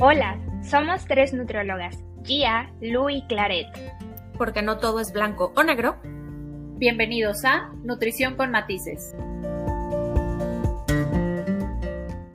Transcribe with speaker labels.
Speaker 1: Hola, somos tres nutriólogas, Gia, Lu y Claret.
Speaker 2: Porque no todo es blanco o negro.
Speaker 3: Bienvenidos a Nutrición con Matices.